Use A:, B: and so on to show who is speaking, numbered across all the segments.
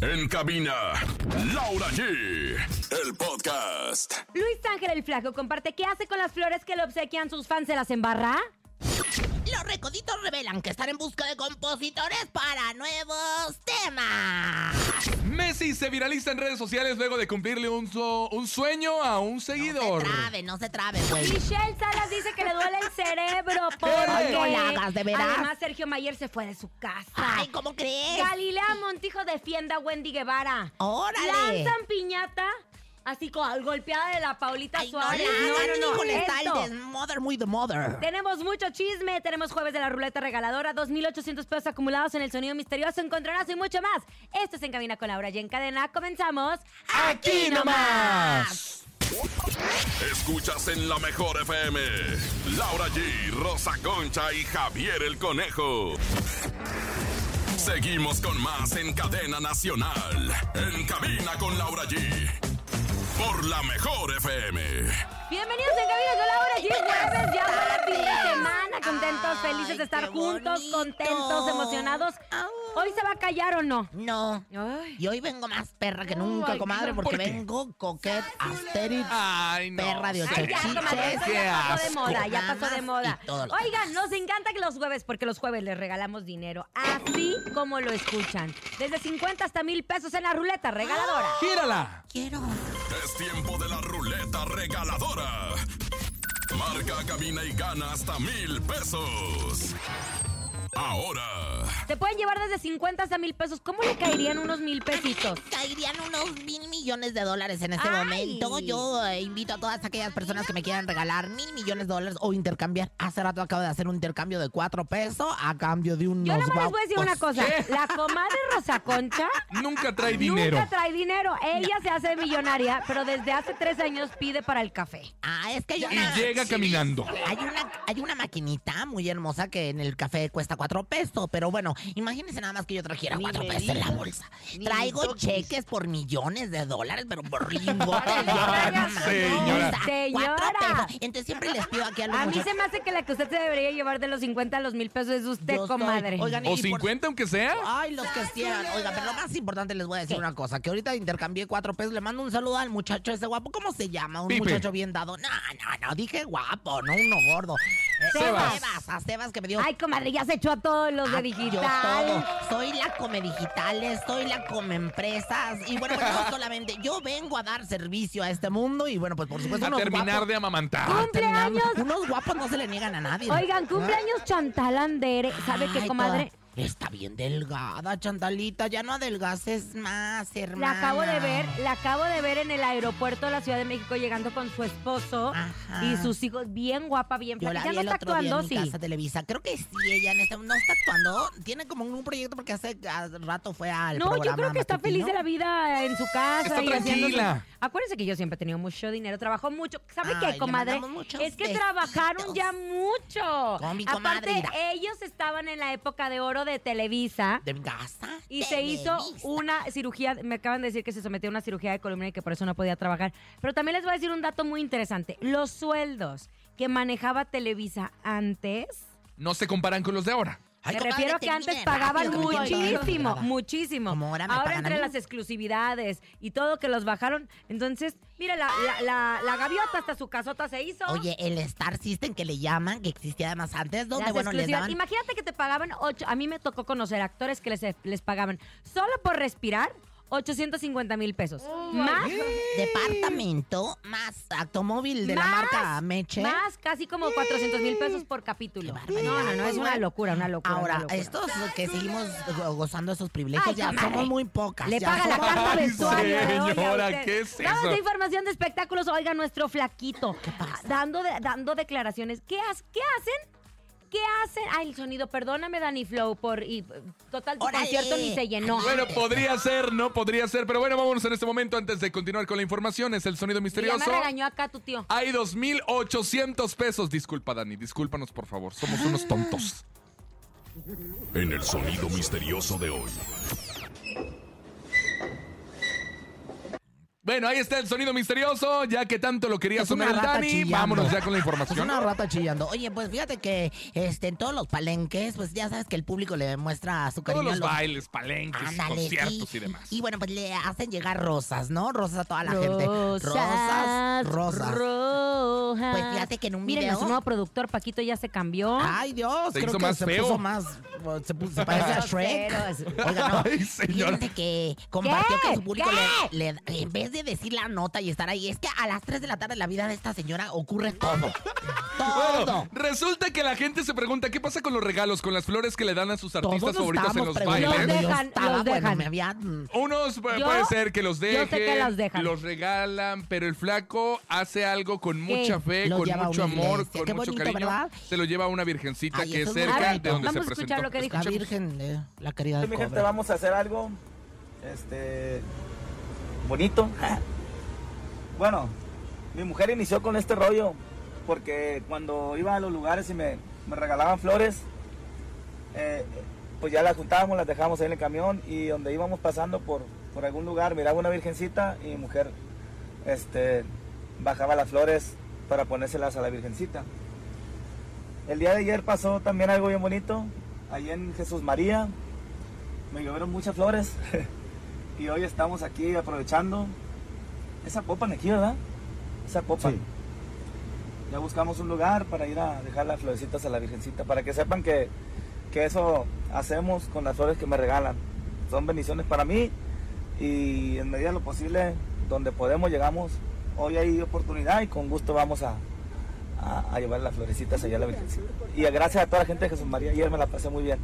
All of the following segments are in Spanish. A: En cabina, Laura G. El podcast.
B: Luis Ángel el Flaco comparte qué hace con las flores que le obsequian sus fans. ¿Se las embarra?
C: Los recoditos revelan que están en busca de compositores para nuevos temas.
D: Messi se viraliza en redes sociales luego de cumplirle un, so- un sueño a un
C: No
D: seguidor.
C: se trabe, no se trabe, güey.
B: Michelle Salas dice que le duele el cerebro porque...
D: Ay,
C: no la hagas, ¿de veras?
B: Además, Sergio Mayer se fue de su casa.
C: Ay, ¿cómo crees?
B: Galilea Montijo defienda a Wendy Guevara.
C: ¡Órale!
B: Lanzan piñata, así co- golpeada de la Paulita
C: Ay, no la
B: Suárez.
C: hagan, híjole, está
B: esto.
C: el desmother muy the mother.
B: Tenemos mucho chisme, tenemos jueves de la ruleta regaladora, 2.800 pesos acumulados en el sonido misterioso, encontronazo y mucho más. Esto es En Cabina con Laura y en cadena comenzamos.
D: ¡Aquí nomás!
A: Escuchas en la mejor FM. Laura G, Rosa Concha y Javier el Conejo. Seguimos con más en cadena nacional. En cabina con Laura G. Por la mejor FM.
B: Bienvenidos a En Cabina con Laura y jueves, ya buena fin de semana, contentos,
C: Ay,
B: felices de estar
C: qué
B: juntos,
C: bonito.
B: contentos, emocionados.
C: Au.
B: ¿Hoy se va a callar o no?
C: No.
B: Ay.
C: Y hoy vengo más perra que nunca,
B: Ay,
C: comadre,
B: no,
C: porque
D: ¿por qué?
C: vengo coquet, asterix,
D: Ay, no.
C: Perra de ocho
B: Ay, ya,
C: chiches.
B: comadre, eso
D: Qué
B: ya pasó de
D: asco.
B: moda, ya pasó de
C: Mamas
B: moda.
C: y todo lo que
B: Oigan, nos encanta que los jueves, porque los jueves les regalamos dinero, así como lo escuchan. Desde 50 hasta mil pesos en la ruleta regaladora.
D: ¡Gírala!
C: Quiero.
A: Es tiempo de la ruleta regaladora. Marca, cabina y gana hasta mil pesos. Ahora.
B: Te pueden llevar desde 50 hasta mil pesos. ¿Cómo le caerían unos mil pesitos?
C: Caerían unos mil millones de dólares en este
B: Ay.
C: momento. Yo eh, invito a todas aquellas personas que me quieran regalar mil millones de dólares o intercambiar. Hace rato acabo de hacer un intercambio de cuatro pesos a cambio de unos
B: Yo nomás les voy a decir una
C: guapos.
B: cosa. La comadre Rosa Concha
D: Nunca trae dinero.
B: nunca trae dinero. Ella se hace millonaria, pero desde hace tres años pide para el café.
C: Ah, es que hay
D: Y
C: una...
D: llega caminando.
C: Hay una, hay una maquinita muy hermosa que en el café cuesta cuatro pesos, pero bueno, imagínense nada más que yo trajera cuatro pesos en la bolsa. Traigo cheques por millones de dólares, pero por ringotes.
B: Señora.
D: Señora.
C: Cuatro
B: Señora.
C: pesos. Entonces siempre les pido aquí a los
B: A mí
C: muchachos,
B: se me hace que la que usted se debería llevar de los 50 a los mil pesos es usted,
C: yo estoy-
B: comadre.
C: Oigan, y
D: O
C: por-
D: 50 aunque sea.
C: Ay, los que quieran. Oiga, pero lo más importante les voy a decir
B: ¿Qué?
C: una cosa, que ahorita intercambié cuatro pesos. Le mando un saludo al muchacho ese guapo. ¿Cómo se llama? Un
D: Pipe.
C: muchacho bien dado. No, no, no, dije guapo, no uno gordo. Eh,
D: Sebas.
C: Sebas, a Sebas que me dio
B: Ay, comadre, ya se echó a todos los de
C: Ah, Yo
B: digital.
C: todo. Soy la come digitales, soy la come empresas. Y bueno, pues no solamente. Yo vengo a dar servicio a este mundo y bueno, pues por supuesto.
D: A
C: unos
D: terminar
C: guapos-
D: de
B: ¡Cum!
D: amamantar.
C: a terminar-
B: ¡Cumpleaños!
C: Unos guapos no se le niegan a nadie.
B: Oigan, cumpleaños Chantal Andere. ¿Sabe qué,
C: Ay,
B: comadre?
C: toda- Está bien delgada, Chantalita. Ya no adelgaces más, hermana.
B: La acabo de ver, la acabo de ver en el aeropuerto de la Ciudad de México llegando con su esposo
C: Ajá.
B: y sus hijos, bien guapa, bien
C: Yo
B: flaca.
C: la
B: Ya
C: vi
B: no
C: el
B: está
C: otro día
B: actuando,
C: en mi
B: sí.
C: casa Televisa. Creo que sí, ella en este- no está actuando. Tiene como un proyecto porque hace ah, rato fue al
B: No, yo
C: programa
B: creo que está
C: matutino.
B: feliz de la vida en su casa.
D: Está
B: y haciendo su-
D: tranquila.
B: Acuérdense que yo siempre he tenido mucho dinero, trabajo mucho. ¿Sabe
C: Ay,
B: qué,
C: le
B: comadre?
C: mandamos muchos
B: Es que
C: besitos.
B: trabajaron ya mucho.
C: Con mi
B: Aparte,
C: comadrita.
B: ellos estaban en la época de oro de Televisa.
C: De mi casa.
B: Y se hizo
C: Televisa.
B: una cirugía, me acaban de decir que se sometió a una cirugía de columna y que por eso no podía trabajar. Pero también les voy a decir un dato muy interesante. Los sueldos que manejaba Televisa antes,
D: No se comparan con los de ahora.
C: Ay,
B: me
C: comadre,
B: refiero que
C: termine
B: antes
C: rápido,
B: pagaban
C: que estoy bien
B: muchísimo,
C: colgada.
B: muchísimo.
C: Como ahora me pagan a
B: entre
C: mí.
B: las exclusividades y todo que los bajaron, entonces, mira, la, la, la- la gaviota hasta su casota se hizo.
C: Oye, el Star System que le llaman, que existía además antes, donde
B: Las
C: bueno, les
B: exclusivas.
C: daban...
B: Imagínate que te pagaban ocho. A mí me tocó conocer actores que les, les pagaban solo por respirar 850 mil pesos.
C: Oh,
B: más,
C: Departamento más automóvil de la
B: Más,
C: marca Meche.
B: más casi como 400 mil pesos por
C: Qué
B: capítulo.
C: barbaridad.
B: No, no, no, es una locura, una locura.
C: Ahora,
B: una locura.
C: estos que seguimos go- gozando de esos privilegios,
B: Ay,
C: ya
B: comadre.
C: somos muy pocas.
B: Le
C: ya
B: paga la
C: somos-
B: carta
D: Ay,
B: vestuario. le doy a
D: señora,
B: usted.
D: ¿qué es
B: Vamos
D: eso?
B: de información de espectáculos. Oiga, nuestro flaquito.
C: pasa?
B: Dando, de- dando declaraciones. ¿Qué, has- ¿Qué hacen? ¿Qué hacen? Ay, el sonido. Perdóname, Dani Flow, por... Y, total, tu
C: Órale.
B: concierto ni se llenó.
D: Bueno, podría ser, no podría ser. Pero bueno, vámonos en este momento antes de continuar con la información. Es el sonido
B: Ya me
D: misterioso.
B: regañó acá tu tío.
D: Hay 2.800 pesos. Disculpa, Dani. Discúlpanos, por favor. Somos
C: Ah.
D: unos tontos.
A: En el sonido misterioso de hoy.
D: Bueno, ahí está el sonido misterioso, ya que tanto lo quería
C: Es una
D: sonar el
C: rata
D: Dani.
C: chillando.
D: Vámonos ya con la
C: Es
D: información.
C: una rata chillando. Oye, pues fíjate que este, en todos los palenques, pues ya sabes que el público le muestra su cariño
D: Todos los
C: a los
D: bailes, palenques,
C: Ándale,
D: conciertos
C: sí.
D: y demás.
C: Y bueno, pues le hacen llegar rosas, ¿no? Rosas a toda la gente.
B: Rosas,
C: Rosas, rosas.
B: rojas.
C: Pues fíjate que en un
B: Miren,
C: video- Ah,
B: nuestro nuevo productor, Paquito, ya se cambió.
C: Ay, Dios,
D: Se
C: creo
D: hizo
C: que
D: más
C: se
D: feo.
C: puso más. Se, puso- se parece a Shrek.
B: Groseros.
C: Oiga, no.
D: Ay, señor.
C: Fíjense que compartió
B: ¿Qué?
C: que su público le, le- En vez de decir la nota y estar ahí, es que a las 3 de la tarde en la vida de esta señora ocurre todo. Todo.
D: Bueno, Oh, resulta que la gente se pregunta qué pasa con los regalos, con las flores que le dan a sus
C: Todos
D: artistas
C: nos
D: favoritos en
C: estábamos
D: los
C: preguntando,
D: bailes.
B: Los
C: yo
B: dejan,
C: estaba,
B: los
C: bueno,
B: dejan.
C: me había- mm,
D: Unos pu-
B: Yo-
D: puede ser que los
B: yo sé
D: dejen,
B: que los dejan.
D: regalan, pero el flaco hace algo con mucha fe,
C: Lo
D: con
C: lleva a
D: mucho
C: una
D: amor,
C: iglesia.
D: con
C: Qué
D: mucho
C: bonito,
D: cariño.
C: ¿verdad?
D: Se lo lleva a una virgencita
C: Ay,
D: que es
C: eso es muy
D: cerca
B: bonito.
D: de donde
B: Vamos
D: se
B: a escuchar
D: presentó.
B: lo que dijo.
C: pues, La Virgen de la caridad.
E: Mi gente,
C: cobra.
E: vamos a hacer algo este bonito. Bueno, mi mujer inició con este rollo porque cuando iba a los lugares y me, me regalaban flores, eh, pues ya las juntábamos, las dejábamos ahí en el camión y donde íbamos pasando por, por algún lugar miraba una virgencita y mi mujer este, bajaba las flores para ponérselas a la virgencita. El día de ayer pasó también algo bien bonito, allí en Jesús María, me llovieron muchas flores y hoy estamos aquí aprovechando esa popa aquí, ¿verdad? Esa popa. Ya buscamos un lugar para ir a dejar las florecitas a la Virgencita, para que sepan que, que eso hacemos con las flores que me regalan. Son bendiciones para mí y en medida de lo posible, donde podemos, llegamos. Hoy hay oportunidad y con gusto vamos a, a- a llevar las florecitas allá a la Virgencita. Y gracias a toda la gente de Jesús María, ayer me la pasé muy bien.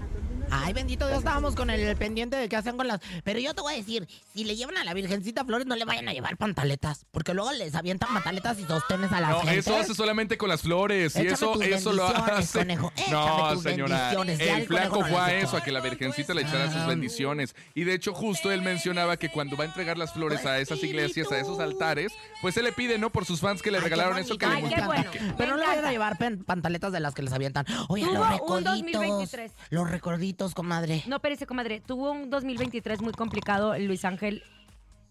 C: Ay, bendito Dios, estábamos con el pendiente de qué hacen con las. Pero yo te voy a decir, si le llevan a la Virgencita flores, no le vayan a llevar pantaletas, porque luego les avientan pantaletas y sostenes a la
D: No,
C: gente.
D: eso hace solamente con las flores y
C: Échame
D: eso
C: tus
D: eso lo
C: bendiciones,
D: hace.
C: conejo, échame
D: No,
C: tus
D: señora,
C: bendiciones, ya
D: el
C: el conejo
D: flaco
C: no
D: fue
C: las
D: a
C: hizo.
D: eso, a que la virgencita le echara sus bendiciones. Y de hecho justo él mencionaba que cuando va a entregar las flores a esas iglesias, a esos altares, pues se le pide no por sus fans que le
C: Ay, qué
D: regalaron eso que le
B: Ay, qué
C: bonito.
B: bueno.
D: multiplique.
C: Pero no le vayan
B: encanta.
C: a llevar pen- pantaletas de las que les avientan. Oye,
B: Tuvo
C: los
B: un
C: recorditos.
B: 2023.
C: Los recorditos, comadre.
B: No, espérese, comadre. Tuvo un 2023 muy complicado Luis Ángel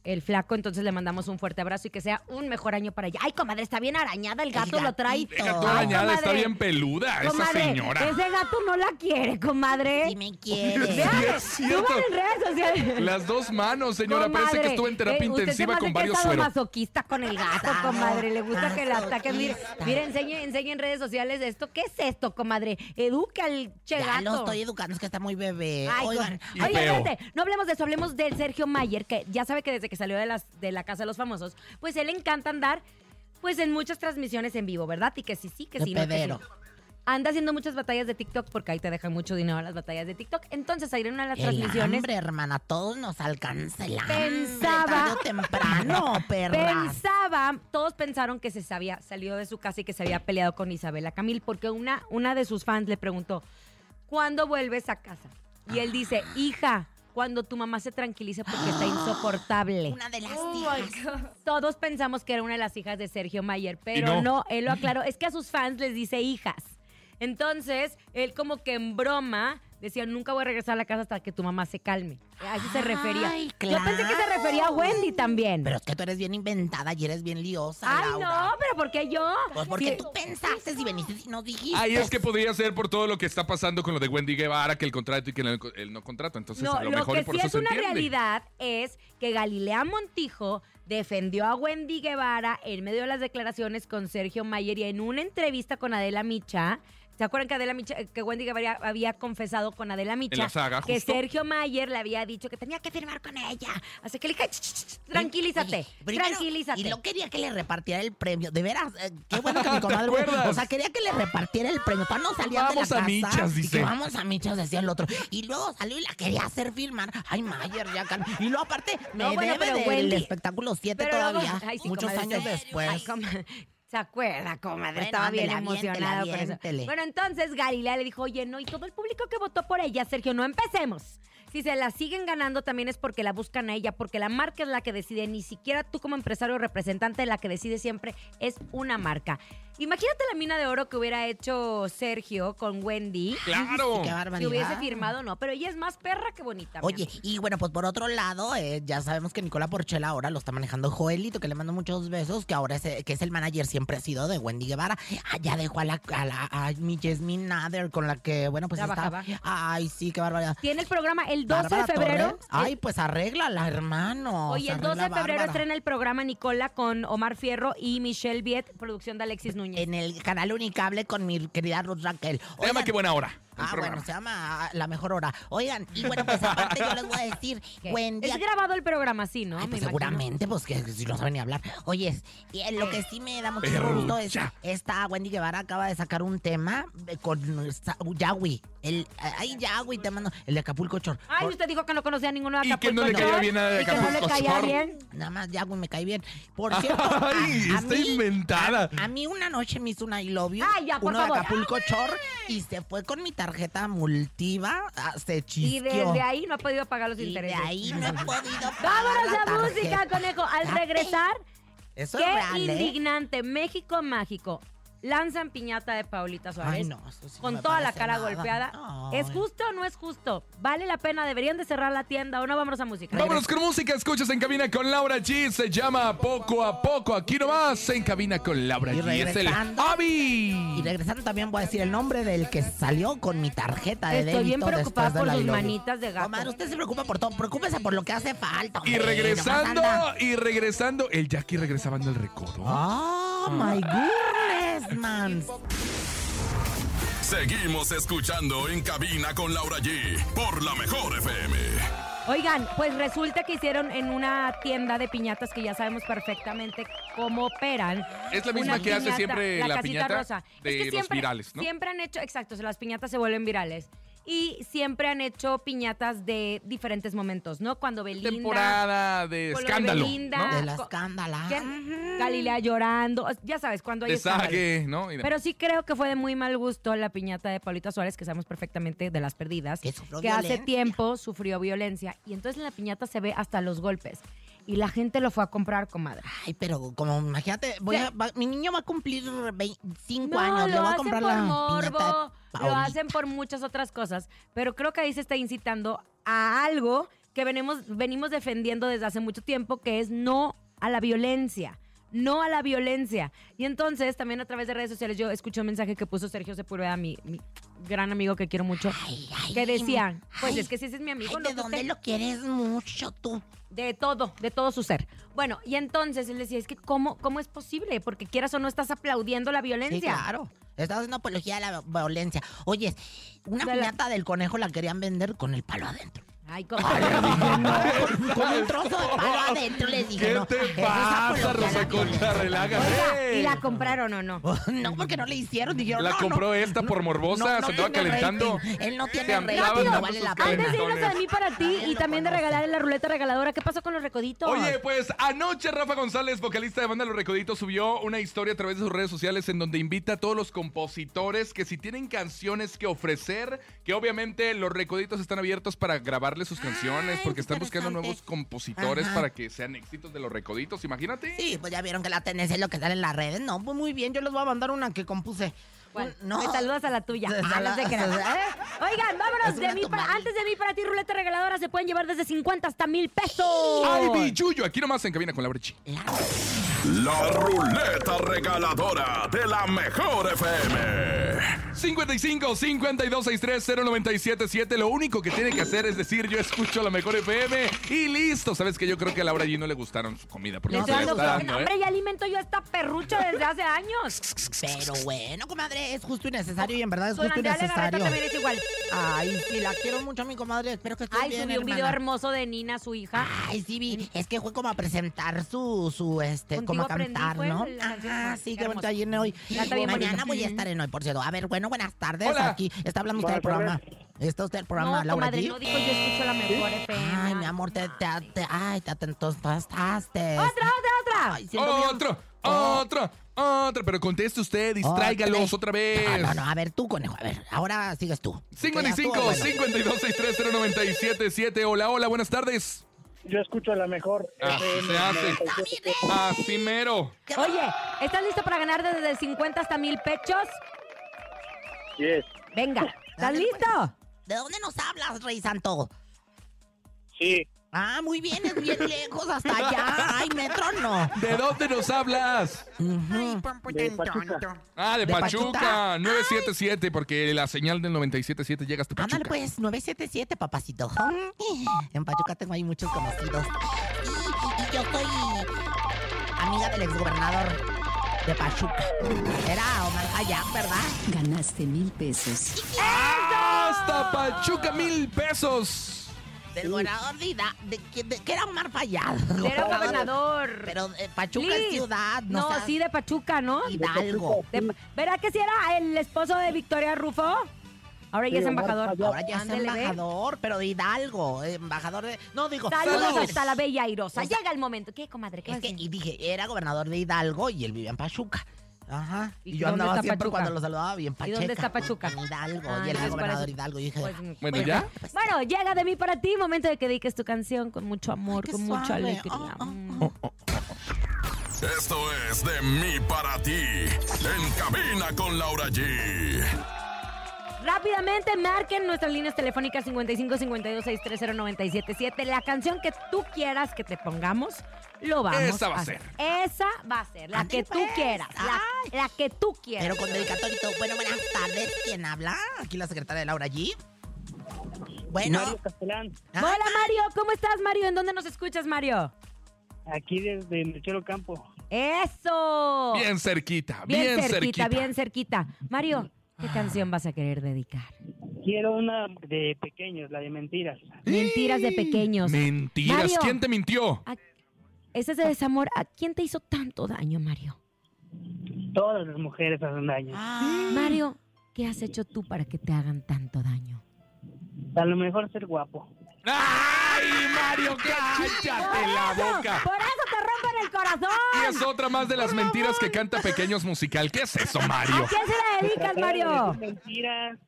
B: el flaco, entonces le mandamos un fuerte abrazo y que sea un mejor año para ella. Ay, comadre, está bien arañada, el gato lo trae.
C: gatito.
D: Deja toda
B: Ay,
D: dañada, está
B: comadre.
D: bien peluda esa
B: Comadre,
D: señora.
B: Ese gato no la quiere, comadre.
C: Si me quiere.
B: Vean,
D: Sí, es cierto.
B: suban en redes sociales.
D: Las dos manos, señora, parece
B: Comadre,
D: que estuvo en terapia
B: eh, usted se me
D: intensiva
B: hace
D: con
B: que
D: varios
B: es
D: sueros.
B: masoquista con el gato, comadre. Le gusta que la ataquen. Mire,
C: Sadomasoquista.
B: mire enseñe, enseñe en redes sociales esto. ¿Qué es esto, comadre? Educa al che
C: Ya
B: gato.
C: lo estoy educando, es que está muy bebé.
B: Ay,
C: Oigan,
B: con-
D: Y
B: Oye,
D: feo.
B: espérate, no hablemos de eso, hablemos del Sergio Mayer, que ya sabe que desde que salió de, las, de la Casa de los Famosos, pues él le encanta andar pues en muchas transmisiones en vivo, ¿verdad? Y que sí, sí, que
C: De
B: sí. no, que sí,
C: pedero.
B: no. Anda haciendo muchas batallas de TikTok porque ahí te dejan mucho dinero las batallas de TikTok. Entonces, ahí en una de las
C: el
B: transmisiones
C: hambre, hermana, a todos nos alcanza el hambre.
B: Pensaba-
C: tarde o temprano, perras.
B: Pensaba, todos pensaron que se sabía, salió de su casa y que se había peleado con Isabela Camil, porque una, una de sus fans le preguntó, ¿cuándo vuelves a casa? Y él dice, hija, cuando tu mamá se tranquilice porque está insoportable.
C: Una de las
B: Oh
C: tías.
B: Todos pensamos que era una de las hijas de Sergio Mayer, pero
D: no.
B: no. él lo aclaró. Es que a sus fans les dice hijas. Entonces, él como que en broma decía, nunca voy a regresar a la casa hasta que tu mamá se calme. Eh, A eso se refería.
C: Ay,
B: Yo pensé que se refería a
C: claro.
B: Wendy también.
C: Pero es que tú eres bien inventada y eres bien liosa,
B: Ay,
C: Laura.
B: no, pero ¿por qué yo?
C: Pues porque
B: Sí.
C: tú pensaste y veniste y no dijiste.
D: Ay, es que podría ser por todo lo que está pasando con lo de Wendy Guevara, que el contrato y que el, el no contrato. Entonces,
B: No,
D: a lo,
B: lo,
D: mejor y
B: que
D: por
B: sí
D: eso
B: es
D: se
B: una
D: entiende.
B: realidad es que Galilea Montijo defendió a Wendy Guevara en medio de las declaraciones con Sergio Mayer y en una entrevista con Adela Micha. ¿Se acuerdan que Adela Micha, que Wendy Guevara había confesado con Adela Micha
D: En la saga,
B: que
D: justo.
B: Sergio Mayer le había dicho que tenía que firmar con ella? Así que le dije, "Ch, ch, ch, tranquilízate,
C: Oye, primero,
B: tranquilízate.
C: Y no quería que le repartiera el premio. De veras, eh, qué bueno que mi
D: ¿Te
C: comadre.
D: acuerdas? Pues
C: O sea, quería que le repartiera el premio. Para no salían
D: Vamos
C: de
D: a
C: la casa.
D: michas,
C: y
D: dice.
C: que vamos a michas, decía el otro. Y luego salió y la quería hacer filmar. Ay, Mayer, ya calma. Y luego, aparte, me
B: No, bueno,
C: debe
B: pero
C: del
B: Wendy-
C: espectáculo 7
B: Pero luego-
C: todavía.
B: ay, sí,
C: muchos
B: comadre,
C: años
B: se-
C: después.
B: ay, comadre, ¿Se acuerda, comadre?
C: Bueno,
B: Estaba bien
C: ándele, aviéntele,
B: emocionada con eso.
C: aviéntele.
B: Bueno, entonces Galilea le dijo, oye, no, y todo el público que votó por ella, Sergio, no empecemos. Si se la siguen ganando también es porque la buscan a ella, porque la marca es la que decide, ni siquiera tú como empresario o representante, la que decide siempre es una marca. Imagínate la mina de oro que hubiera hecho Sergio con Wendy.
D: ¡Claro!
C: Qué
B: Si
C: barbaridad.
B: hubiese firmado, no. Pero ella es más perra que bonita. mi
C: Oye,
B: amor.
C: y bueno, pues por otro lado, eh, ya sabemos que Nicola Porchela ahora lo está manejando Joelito, que le mando muchos besos, que ahora es, eh, que es el manager, siempre ha sido de Wendy Guevara. Allá dejó a la, a la- a mi Jasmine Nader, con la que, bueno, pues
B: Trabaja,
C: está.
B: va.
C: Ay, sí, qué barbaridad.
B: tiene el programa el 12
C: Bárbara
B: de febrero.
C: Torres. Ay, pues arréglala, hermano.
B: Oye, el 12 de febrero estrena el programa Nicola con Omar Fierro y Michelle Viet, producción de Alexis Núñez.
C: En el canal Unicable con mi querida Ruth Raquel.
D: Se llama
C: Oigan,
D: Qué Buena Hora. el
C: Ah,
D: programa.
C: bueno, se llama ah, La Mejor Hora. Oigan, y bueno, pues aparte yo les voy a decir,
B: ¿Qué?
C: Wendy,
B: Es grabado el programa, sí, ¿no?
C: Ay,
B: Ah, Me
C: pues
B: imagino.
C: seguramente, pues que que si no saben ni hablar. Oye, y, eh, lo que sí me da mucho
D: Perrucha.
C: gusto es esta Wendy Guevara acaba de sacar un tema eh, con eh, Sa- Yahweh. El, eh, ay, Yahweh, te mando. El de Acapulco Shore.
B: Ay,
C: Por-
B: usted dijo que no conocía a ninguno de
D: Y
B: Acapulco.
D: que no le caía
B: Shore,
D: bien nada de
B: y que no le
D: Acapulco
B: caía
D: Shore.
B: bien.
C: Nada más Yahweh me cae bien. Por cierto, a-
D: Ay,
C: a
D: está
C: mí-
D: inventada.
C: A mí una noche me hizo una I love you,
B: Ay, ya, por
C: uno de
B: favor.
C: Acapulco Shore, y se fue con mi tarjeta multiva, ah, se
B: Y
C: chisqueó.
B: desde ahí no ha podido pagar los
C: Y de
B: intereses.
C: ahí no he podido pagar
B: Vámonos
C: la
B: a música,
C: tarjeta.
B: conejo. Al
C: Date.
B: regresar,
C: Eso
B: qué
C: es real, ¿eh?
B: indignante. México mágico. Lanzan piñata de Paulita Suárez.
C: Ay, no, eso sí no
B: con
C: me
B: toda la
C: parece
B: cara
C: nada.
B: golpeada.
C: Ay.
B: ¿Es justo o no es justo? ¿Vale la pena? ¿Deberían de cerrar la tienda o no? Vámonos a música.
D: Vámonos con música, escuchas en cabina con Laura G. Se llama Poco a Poco. Aquí nomás, en cabina con Laura
C: Y
D: G. Es el
C: regresando. Y
D: Avi.
C: regresando también voy a decir el nombre del que salió con mi tarjeta de
B: Estoy bien
C: débito
B: preocupada
C: después de
B: por
C: la
B: sus
C: I love you.
B: manitas de gato.
C: Comadre, usted se preocupa por todo. Preocúpese por lo que hace falta.
D: Y
C: hombre,
D: regresando,
C: nomás anda.
D: y regresando. El Jackie regresaban del recodo.
C: Oh, my goodness, man.
A: Seguimos escuchando en cabina con Laura G por la mejor FM.
B: Oigan, pues resulta que hicieron en una tienda de piñatas que ya sabemos perfectamente cómo operan.
D: Es la misma
B: una
D: que hace
B: piñata,
D: siempre la
B: casita
D: piñata de los
B: siempre,
D: virales, ¿no?
B: Siempre han hecho, exacto, o sea, las piñatas se vuelven virales. Y siempre han hecho piñatas de diferentes momentos, ¿no? Cuando Belinda...
D: Temporada de
B: con lo de
D: escándalo.
B: Belinda,
D: ¿no?
C: De la
B: Co-
C: escándala.
B: ¿qué? Galilea llorando, o- ya sabes, cuando hay
D: De
B: escándalo.
D: Sague, ¿no? Y de-
B: Pero sí creo que fue de muy mal gusto la piñata de Paulita Suárez, que sabemos perfectamente de las perdidas,
C: Que sufrió
B: hace
C: violencia.
B: tiempo sufrió violencia. Y entonces en la piñata se ve hasta los golpes. Y la gente lo fue a comprar, comadre.
C: Ay, pero como imagínate, voy
B: ¿Qué?
C: a- va- mi niño va a cumplir 25
B: No,
C: años, le
B: lo
C: voy a
B: hacen
C: comprar
B: por
C: la piñata de
B: morbo, lo
C: Paulita.
B: hacen por muchas otras cosas. Pero creo que ahí se está incitando a algo que venimos, venimos defendiendo desde hace mucho tiempo, que es no a la violencia. No a la violencia. Y entonces, también a través de redes sociales, yo escuché un mensaje que puso Sergio Sepúlveda, mi, mi gran amigo que quiero mucho,
C: Ay, ay,
B: que decía, pues
C: ay,
B: es que si ese es mi amigo,
C: ay,
B: no
C: ¿de
B: que
C: dónde
B: usted-
C: lo quieres mucho tú?
B: de todo, de todo su ser. Bueno, y entonces él decía, es que ¿cómo, cómo es posible? Porque quieras o no estás aplaudiendo la
C: Sí,
B: violencia.
C: claro. Estás haciendo apología de la violencia. Oye, una
B: De la-
C: piñata del conejo la querían vender con el palo adentro.
B: Ay, ¿cómo?
C: Con, con un trozo de palo adentro les dije.
D: ¿Qué
C: no,
D: te
C: eso es apología
D: pasa,
C: a la
D: Rosa Concha?
C: violencia.
B: Oiga,
D: Relájate.
B: ¿y la compraron o no?
C: Pues, No, porque no le hicieron. Dijeron,
D: La
C: no,
D: compró
C: no,
D: esta por morbosa, se
C: tiene
D: andaba calentando.
C: rating. Él no
D: Se
C: tiene
D: andaba
C: rating, no
D: dando
C: vale
D: sus
C: la Ah, pena.
B: Antes de irnos a
D: Entonces.
B: mí para ti y
C: Lo
B: también de
C: conoce.
B: regalar en la ruleta regaladora, ¿qué pasó con los recoditos?
D: Oye, pues anoche Rafa González, vocalista de banda Los Recoditos, subió una historia a través de sus redes sociales en donde invita a todos los compositores que si tienen canciones que ofrecer, que obviamente Los Recoditos están abiertos para grabarle sus canciones
C: Ay,
D: porque
C: Ah, qué
D: están buscando
C: interesante.
D: nuevos compositores
C: Ajá.
D: para que sean éxitos de Los Recoditos, imagínate.
C: Sí, pues ya vieron que la tenés es lo que sale en las redes. No, pues muy bien, yo les voy a mandar una que compuse.
B: ¿Cuál?
C: Un- No.
B: Me saludas pues, a la tuya.
C: Se
B: Ah, no sé qué.
C: saluda-
B: ¿Eh? Oigan,
C: Es
B: vámonos
C: una
B: de mí para,
C: tomada.
B: antes de mí para ti, ruleta regaladora, se pueden llevar desde 50 hasta mil pesos.
D: Ay, mi Yuyo, aquí nomás en cabina con la brecha.
A: La ruleta regaladora de la mejor FM.
D: 55 52 63 0977. Lo único que tiene que hacer es decir, yo escucho la mejor FM y listo. Sabes que yo creo que a Laura G no le gustaron su comida porque
B: Le
D: no, se
B: estoy
D: la
B: dando
D: está
B: cuenta.
D: dando, ¿eh?
B: Hombre, ya alimento yo a esta perrucha desde hace años.
C: Pero bueno, comadre, es justo y necesario y en verdad es
B: Don
C: justo y
B: Andrea Legarreta
C: necesario.
B: también es igual.
C: Ay, sí, la quiero mucho a mi comadre. Espero que esté
B: Ay,
C: bien,
B: subí un video
C: hermana. Ah,
B: hermoso de Nina, su hija.
C: Ay, sí, vi. Es que fue como a presentar su, su este,
B: Contigo
C: como a cantar,
B: aprendí,
C: ¿no?
B: fue la canción.
C: Ajá,
B: Ay,
C: sí,
B: qué
C: que
B: hermoso.
C: bonita ahí en hoy.
B: Ya está bien
C: Mañana
B: bonito.
C: voy a estar en hoy, por cierto. A ver, bueno, buenas tardes.
D: Hola.
C: Aquí está hablando usted del programa.
F: Buenas
C: Está usted el programa,
B: No,
C: Laura
B: comadre,
C: G.
B: no dijo yo escucho la mejor FM.
C: Ay, mi amor, te, te, te- ay, te atentaste.
B: ¡Otra, otra, otra!
C: Ay, siento bien-
D: Otro, otro, otro. Pero conteste usted, distráigalos otra vez.
C: No, no, no, a ver, tú, conejo, a ver, ahora sigues tú. Que ya estuvo
D: 55
C: bueno.
D: 52 63 0977. Hola, hola, buenas tardes.
F: Yo escucho a la mejor.
D: Así
F: FM,
D: Ah, se hace.
F: 97.
D: Así mero.
B: Oye, ¿estás listo para ganar desde 50 hasta mil pechos?
F: Yes.
B: Venga, ¿estás
C: Dale, pues.
B: listo?
C: ¿De dónde nos hablas, Rey Santo?
F: Sí,
C: Ah, muy bien, es bien lejos hasta allá. Ay, metro no.
D: ¿De dónde nos hablas?
C: Ujú.
F: de Pachuca.
D: Ah, de,
C: ¿De
D: Pachuca,
C: Pachuca?
D: 977, porque la señal del 977 llega hasta Pachuca.
C: Ándale pues, 977, papacito. En Pachuca tengo ahí muchos conocidos. Y, y- y yo soy amiga del exgobernador de Pachuca. Era Omar Hayam, ¿verdad?
G: Ganaste mil pesos.
D: ¡Hasta Pachuca, mil pesos!
C: Del gobernador de, Ida- de, que- de- que era Omar Fayad.
B: Era gobernador.
C: Pero eh, Pachuca
B: Liz.
C: es ciudad, no,
B: No,
C: seas
B: sí, de Pachuca, ¿no?
C: Hidalgo.
B: De- ¿Verdad que sí era el esposo de Victoria Rufo? Ahora ya es embajador.
C: Ahora ya es
B: Ándele, ve.
C: embajador, pero de Hidalgo, embajador de... No, digo...
B: Saludos
C: no,
B: hasta la bella Airosa.
C: O sea,
B: Llega el momento. ¿Qué, comadre? ¿Qué
C: Pues Es
B: vas a
C: que,
B: hacer?
C: y dije, era gobernador de Hidalgo y él vivía en Pachuca. Ajá.
B: ¿Y
C: Y, yo
B: dónde
C: andaba
B: está
C: siempre
B: Pachuca?
C: cuando lo saludaba bien
B: ¿Y
C: Pacheca.
B: dónde está Pachuca?
C: En Hidalgo.
B: Ah,
C: y él
B: entonces,
C: era
B: para
C: gobernador
B: eso-
C: de Hidalgo. Y dije,
B: Pues,
D: Bueno, ¿ya?
B: Bueno, llega de mí para ti. Momento de que dediques tu canción con mucho amor,
C: qué
B: con mucha
C: suave.
B: alegría.
C: Ah, ah,
B: Mm.
A: Esto es de mí para ti. En cabina con Laura G.
B: Rápidamente marquen nuestras líneas telefónicas 55 52 630 977. La canción que tú quieras que te pongamos, lo vamos
D: Esa va a
B: hacer. Esa va a ser, la
C: Ándale,
B: que tú
C: pues.
B: quieras. La, la que tú
C: pero
B: quieras.
C: con dedicatorio. y todo. Bueno, buenas tardes. ¿Quién habla? Aquí la secretaria de Laura G. Bueno.
F: Mario Castellán,
C: ah,
B: Hola Mario, ¿cómo estás Mario? ¿En dónde nos escuchas Mario?
F: aquí desde Mechero Campo.
B: Eso.
D: Bien cerquita,
B: Oh. Bien
D: bien,
B: cerquita,
D: cerquita.
B: bien cerquita. Mario, ¿qué canción vas a querer dedicar?
F: Quiero una de pequeños, la de mentiras.
B: Mentiras de pequeños.
D: Mentiras,
B: Mario.
D: ¿quién te mintió?
B: Ese es de desamor. ¿A quién te hizo tanto daño, Mario?
F: Todas las mujeres hacen daño.
C: ah,
B: Mario, ¿qué has hecho tú para que te hagan tanto daño?
F: A lo mejor ser guapo.
D: ¡Ay, Mario, cállate la boca!
B: Por eso te rompen el corazón.
D: Y es otra más de las mentiras que canta Pequeños Musical. ¿Qué es eso, Mario?
B: ¿A quién se la dedicas,
F: Tratar de
B: Mario?
F: decir Mentiras.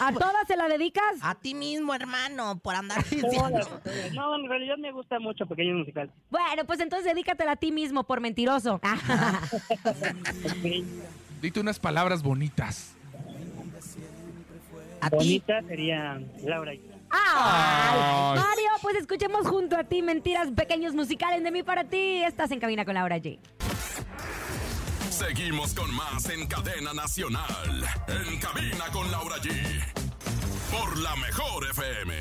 B: ¿A todas se la dedicas?
C: a ti mismo, hermano, por andar
F: todas,
C: diciendo.
F: todas. No, en realidad me gusta mucho pequeños musical.
B: Bueno, pues entonces dedícatela a ti mismo por mentiroso.
F: Ok.
D: Dite unas palabras bonitas.
C: A ti.
F: Bonita sería Laura.
B: Ay,
D: Ay.
B: Mario, pues escuchemos junto a ti mentiras pequeños musicales de mí para ti. Estás en cabina con Laura G.
A: Seguimos con más en cadena nacional. En cabina con Laura G. Por la mejor FM.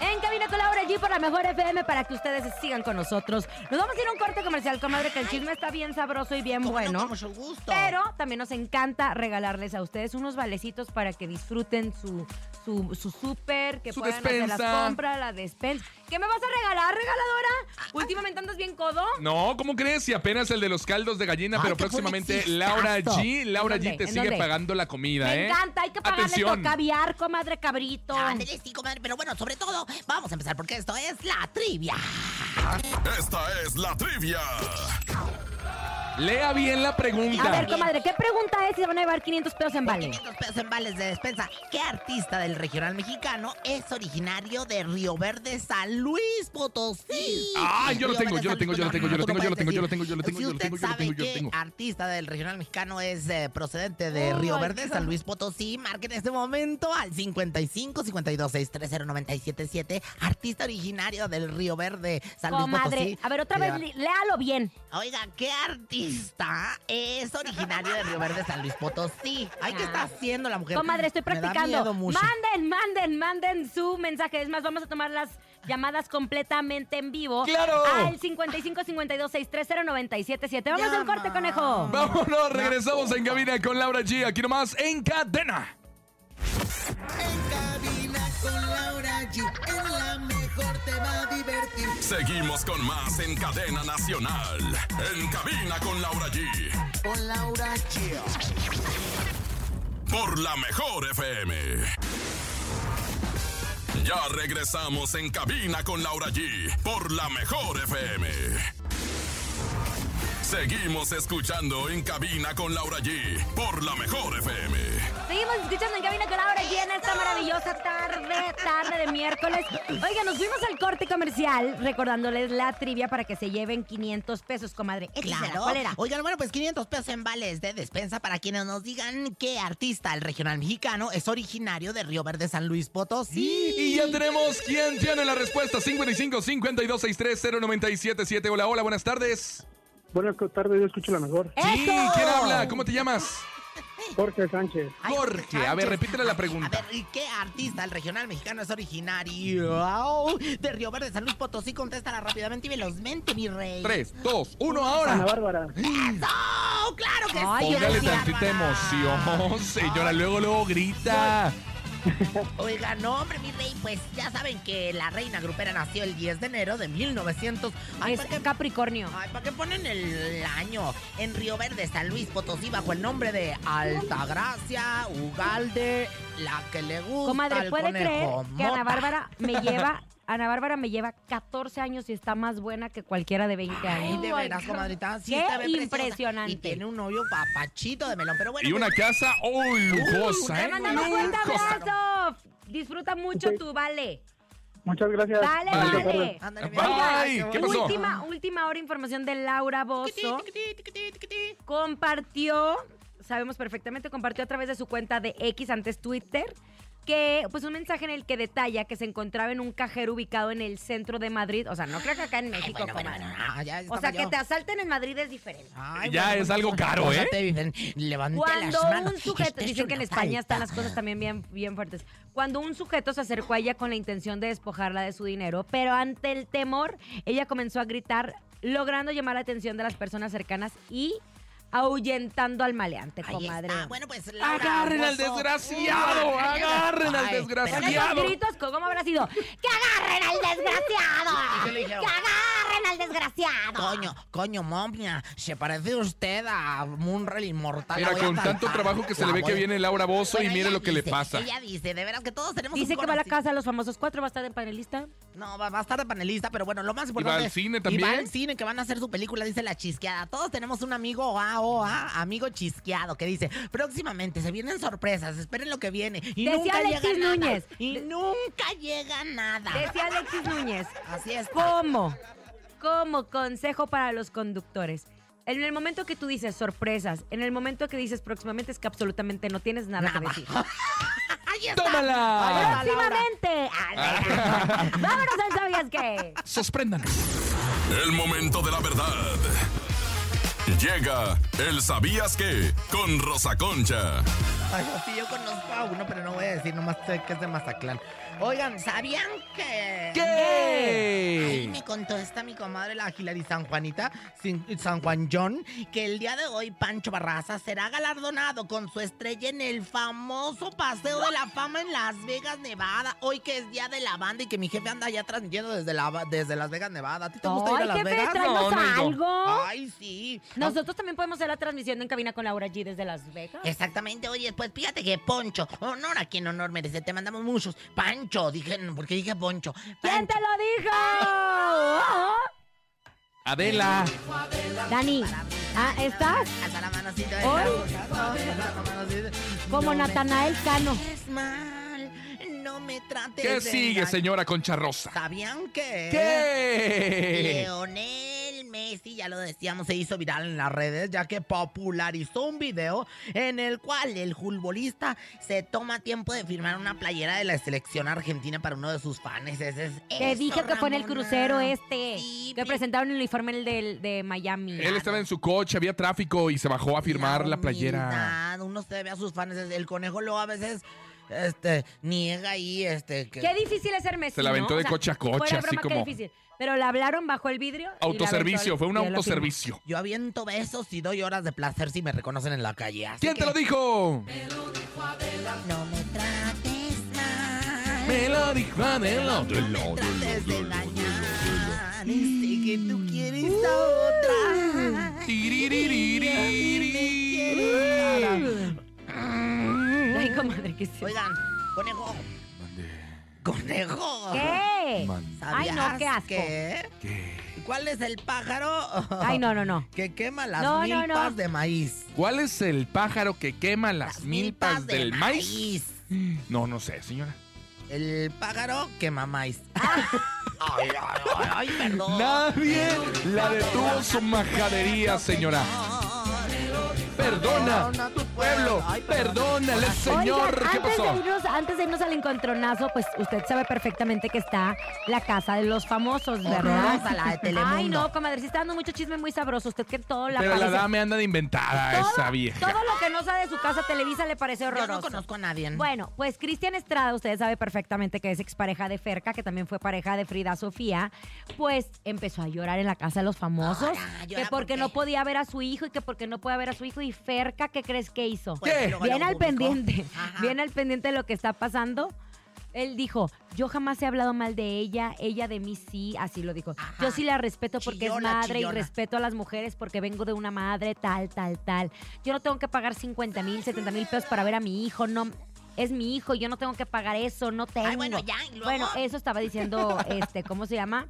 B: En cabina con Laura G por la mejor FM para que ustedes sigan con nosotros. Nos vamos a ir a un corte comercial, comadre, que el chisme está bien sabroso y bien
C: Cómo no,
B: bueno.
C: Con mucho gusto.
B: Pero también nos encanta regalarles a ustedes unos valecitos para que disfruten su su su súper, que
D: Su
B: puedan hacer
D: despensa.
B: las compras, la despensa. ¿Qué me vas a regalar, regaladora? Últimamente andas bien codo.
D: No, ¿cómo crees? Y apenas el de los caldos de gallina,
C: Ay,
D: pero
C: qué
D: próximamente
C: publicistazo.
D: Laura G. Laura
B: ¿En dónde?
D: G te
B: ¿En
D: sigue
B: dónde?
D: pagando la comida,
B: Me
D: ¿eh?
B: encanta, hay que pagarle tu
D: Atención.
B: caviar, comadre cabrito.
C: Ándale, Ah, sí, comadre, Pero bueno, sobre todo, vamos a empezar porque esto es la trivia.
A: Esta es la trivia.
D: Lea bien la
B: A
D: pregunta.
B: ver, comadre, ¿qué pregunta es si van a llevar 500 pesos en
C: Por
B: vale?
C: 500 pesos en vales de despensa. ¿Qué artista del regional mexicano es originario de Río Verde, San Luis Potosí?
D: Ah, yo lo
C: Río Verde,
D: tengo, yo lo
C: San
D: tengo,
C: Luis
D: yo lo tengo, yo lo
C: Potosí.
D: tengo, yo lo
C: No, tú no
D: tengo, yo lo
C: puedes
D: tengo, yo lo tengo,
C: decir.
D: yo lo tengo,
C: Si
D: yo lo
C: usted
D: tengo,
C: sabe
D: yo lo
C: qué
D: tengo.
C: artista del regional mexicano es eh, procedente de
B: Oh
C: Río
B: my
C: Verde,
B: God.
C: San Luis Potosí, marque en este momento al 55 52 977 artista originario del Río Verde, San Luis Potosí.
B: Comadre, a ver, otra vez,
C: Río-
B: li- léalo bien.
C: Oiga, ¿qué artista es originario de Río Verde, San Luis Potosí? Ay, ¿qué está haciendo la mujer?
B: Ah. Comadre, estoy
C: Me da
B: practicando.
C: miedo mucho.
B: Manden, manden, manden su mensaje. Es más, vamos a tomar las llamadas completamente en vivo.
D: ¡Claro!
B: Al 55 52 630 977. Vamos a un corte,
C: Llama.
B: conejo.
D: Vámonos, regresamos en cabina con Laura G. Aquí nomás en cadena.
A: Seguimos con más en cadena nacional. En cabina con Laura G.
H: Con Laura G.
A: Por la mejor FM. Ya regresamos en cabina con Laura G. Por la mejor FM. Seguimos escuchando en cabina con Laura G por la mejor FM.
B: Seguimos escuchando en Cabina con Laura aquí en esta maravillosa tarde, tarde de miércoles. Oiga, nos fuimos al corte comercial recordándoles la trivia para que se lleven 500 pesos, comadre. Échatela,
C: Claro.
B: ¿Cuál era?
C: Oigan, bueno, pues 500 pesos en vales de despensa para quienes nos digan qué artista el regional mexicano es originario de Río Verde, San Luis Potosí.
D: Y ya tenemos quien tiene la respuesta. 55 52 63 0977. Hola, hola, buenas tardes.
F: Buenas tardes, yo escucho la mejor.
D: Sí,
B: ¡Eso!
D: ¿quién habla? ¿Cómo te llamas?
F: Jorge Sánchez.
C: Ay,
D: Jorge, a ver, repítele la pregunta.
C: A ver, ¿y ¿qué artista el regional mexicano es originario de Río Verde, San Luis Potosí? Contéstala rápidamente y velozmente, mi rey.
D: 3, 2, 1,
F: Ana
D: ahora.
F: Bárbara.
C: ¡No! ¡Claro que
B: Ay,
C: sí!
D: Póngale
C: Ana
D: tantita
C: Bárbara!
D: emoción, señora. Luego, luego grita.
C: Oiga, no, hombre, mi rey, pues ya saben que la reina grupera nació el 10 de enero de 1900. Ay,
B: Es
C: ¿para qué,
B: Capricornio.
C: ay, ¿para qué ponen el año? En Río Verde, San Luis Potosí, bajo el nombre de Altagracia, Ugalde, la que le gusta
B: Comadre,
C: al
B: ¿puede creer
C: conejo
B: que Ana
C: Mota.
B: Bárbara me lleva, Ana Bárbara me lleva 14 años y está más buena que cualquiera de 20
C: Ay,
B: años?
C: de
B: Oh my
C: veras,
B: God.
C: comadrita. Sí,
B: Qué
C: está bien preciosa.
B: impresionante.
C: Y tiene un novio papachito de melón, pero bueno.
D: Y una
C: pues,
D: casa, oh, lujosa,
B: Te
D: ¿eh?
B: mandamos un fuerte
D: Lujosa.
B: abrazo. Disfruta mucho
F: Ok.
B: tu vale.
F: Muchas gracias.
B: Dale,
D: Vale.
B: vale.
C: pues, Ándale, mi
D: Bye.
C: rey. Ay,
D: ¿Qué pasó?
B: Última, última hora información de Laura Bozo. Compartió, sabemos perfectamente, compartió a través de su cuenta de X antes Twitter, que pues un mensaje en el que detalla que se encontraba en un cajero ubicado en el centro de Madrid. O sea, no creo que acá en
C: Ay,
B: México,
C: bueno, bueno,
B: comadre.
C: bueno, no, ya
B: O
C: estaba
B: sea, que
C: yo.
B: te asalten en Madrid es diferente.
C: Ay,
D: Ya es algo caro,
C: pues,
D: ¿eh?
C: no te viven. Levanté
B: Cuando
C: las manos.
B: un sujeto,
C: Este es
B: dicen que en
C: una
B: España están las
C: falta.
B: cosas también bien, bien fuertes. Cuando un sujeto se acercó a ella con la intención de despojarla de su dinero, pero ante el temor, ella comenzó a gritar, logrando llamar la atención de las personas cercanas y ahuyentando al maleante,
C: Ahí
B: comadre.
C: está. Bueno, pues Laura
D: Agarren al
C: Bozo.
D: desgraciado,
C: Uy,
D: agarren al
C: ay,
B: Con esos
D: desgraciado.
B: gritos, ¿cómo habrá sido? ¡Que agarren al
C: ¿Y qué
B: desgraciado!
C: le "Oh".
B: ¡Que
C: dijeron?
B: agarren al desgraciado!
C: Coño, coño, momia, se parece usted a Munrel inmortal. La
D: Mira,
C: voy a
D: con tanto
C: cantar.
D: trabajo que se
C: La
D: le ve que
C: voy a-
D: viene Laura Bozo y
C: Bueno,
D: mire
C: ella
D: lo que le
C: dice,
D: pasa.
C: Ella dice, de veras que todos tenemos
B: Dice
C: un
B: que va a la
C: conocido.
B: casa de los famosos cuatro, va a estar en panelista.
C: No, va, va a estar de panelista, pero bueno, lo más importante.
D: al
C: es-
D: cine
C: Y va
D: también.
C: al cine, que van a hacer su película, dice la chisqueada. Todos tenemos un amigo OA, OA, amigo chisqueado, que dice: próximamente se vienen sorpresas, esperen lo que viene. Y
B: Decía
C: nunca
B: Alexis
C: llega nada.
B: Núñez.
C: Y nunca llega nada.
B: Decía Alexis Núñez.
C: Así es.
B: ¿Cómo? Como consejo para los conductores. En el momento que tú dices sorpresas, en el momento que dices próximamente es que absolutamente no tienes nada, que
C: Nada.
B: decir.
C: Ahí está. Ahí
D: ¡Tómala!
C: está, Laura.
B: Próximamente. Ah, no. Vámonos al sabías qué.
D: ¡Sospréndanos!
A: El momento de la verdad. Llega el sabías que con Rosa Concha.
C: Ay, sí, yo conozco a uno, pero no voy a decir, nomás sé que es de Mazatlán. Oigan, ¿sabían que...? Ay,
D: ¿Qué?
C: me contó esta mi comadre, la Hilary San Juanita, sin- San Juan John, que el día de hoy Pancho Barraza será galardonado con su estrella en el famoso Paseo de la Fama en Las Vegas, Nevada. Hoy que es día de la banda y que mi jefe anda ya transmitiendo desde, la, desde Las Vegas, Nevada. ¿A ti te gusta ir a
B: Ay,
C: Las
B: jefe,
C: Vegas?
B: tráenos
D: No, no,
B: algo.
C: Ay, sí.
B: Nosotros también podemos hacer la transmisión en cabina con Laura G desde Las Vegas.
C: Exactamente, oye, pues fíjate que Poncho, honor a quien honor merece, te mandamos muchos. Pancho, dije, porque dije Poncho.
B: ¿Quién te
C: Pancho.
B: lo dijo?
D: Adela.
B: Dani, ah, ¿estás?
C: Alza la manocita,
B: Hoy.
C: alza la manocita.
B: Como
C: No me
B: Natanael Cano.
C: trates mal, no me trates
D: ¿Qué
C: de
D: sigue,
C: mal.
D: señora Concha Rosa?
C: ¿Sabían que?
D: ¿Qué?
C: Leonel Messi, ya lo decíamos, se hizo viral en las redes, ya que popularizó un video en el cual el futbolista se toma tiempo de firmar una playera de la selección argentina para uno de sus fans. Ese es
B: Te
C: eso,
B: dije que fue en el
C: Ramona.
B: crucero este.
C: Sí,
B: Que
C: vi-
B: presentaron el uniforme el del- de Miami.
D: Él estaba en su coche, había tráfico y se bajó a firmar la, playera.
C: humildad, Uno se debe a sus fans. El conejo luego a veces este, niega ahí. Este, que-
B: Qué difícil es ser Messi.
D: Se la aventó
B: ¿no?
D: de coche a coche,
B: fuera de
D: así
B: broma, qué
D: como-
B: difícil. Pero la hablaron bajo el vidrio. y la aventó
D: Autoservicio,
B: al-
D: fue un
B: y él lo
D: autoservicio.
C: Yo aviento besos y doy horas de placer si me reconocen en la calle. así
D: ¿Quién te
C: que
D: lo dijo?
C: No me trates mal.
D: Me lo dijo Adela.
C: No me trates de engañar. Sé que tú quieres a otra.
D: Tiririririririri.
B: firmó. Ay, comadre, qué
D: Uh.
B: sí.
C: Oigan, conejo. Conejo.
B: ¿Qué?
D: Mande.
B: Ay, no, qué
C: ¿Sabías
B: asco.
C: que
D: ¿Qué?
C: ¿Cuál es el pájaro?
B: Ay, no, no, no.
C: Que quema las
B: No, no,
C: milpas
B: no.
C: de maíz.
D: ¿Cuál es el pájaro que quema las, milpas, del maíz?
C: maíz.
D: No, no sé, señora.
C: El pájaro quema maíz. ay, ay, ay, ay, perdón.
D: Nadie la detuvo su majadería, señora. Perdona tu pueblo. Perdónale, señor.
B: Oigan,
D: ¿Qué
B: antes
D: pasó?
B: de irnos, antes de irnos al encontronazo, pues usted sabe perfectamente que está la casa de los famosos, ¿verdad?
C: Horrorosa, la de Telemundo.
B: Ay, no, comadre, sí está dando mucho chisme muy sabroso. Usted que todo la
D: Pero la
B: parece-
D: dama anda de inventada,
B: todo-
D: esa vieja.
B: Todo lo que no sabe de su casa Televisa le parece
C: Yo
B: horroroso.
C: no conozco a nadie.
B: Bueno, pues Cristian Estrada, usted sabe perfectamente que es expareja de Ferca, que también fue pareja de Frida Sofía, pues empezó a llorar en la casa de los famosos,
C: Ahora, llora
B: que porque
C: porque-
B: no podía ver a su hijo y que porque no podía ver a su hijo y Ferca, ¿qué crees que hizo?
C: Pues,
D: ¿Qué?
C: luego
B: Bien
C: lo
B: al
C: publicó.
B: pendiente,
C: Ajá.
B: bien al pendiente de lo que está pasando. Él dijo, yo jamás he hablado mal de ella, ella de mí sí, así lo dijo.
C: Ajá.
B: Yo sí la respeto porque
C: Chillona,
B: es madre
C: chillona.
B: y respeto a las mujeres porque vengo de una madre tal, tal, tal. Yo no tengo que pagar 50 mil, 70 mil pesos para ver a mi hijo, no... Es mi hijo, yo no tengo que pagar eso, no tengo.
C: bueno, ya, ¿y luego?
B: Bueno, eso estaba diciendo, este, ¿cómo se llama?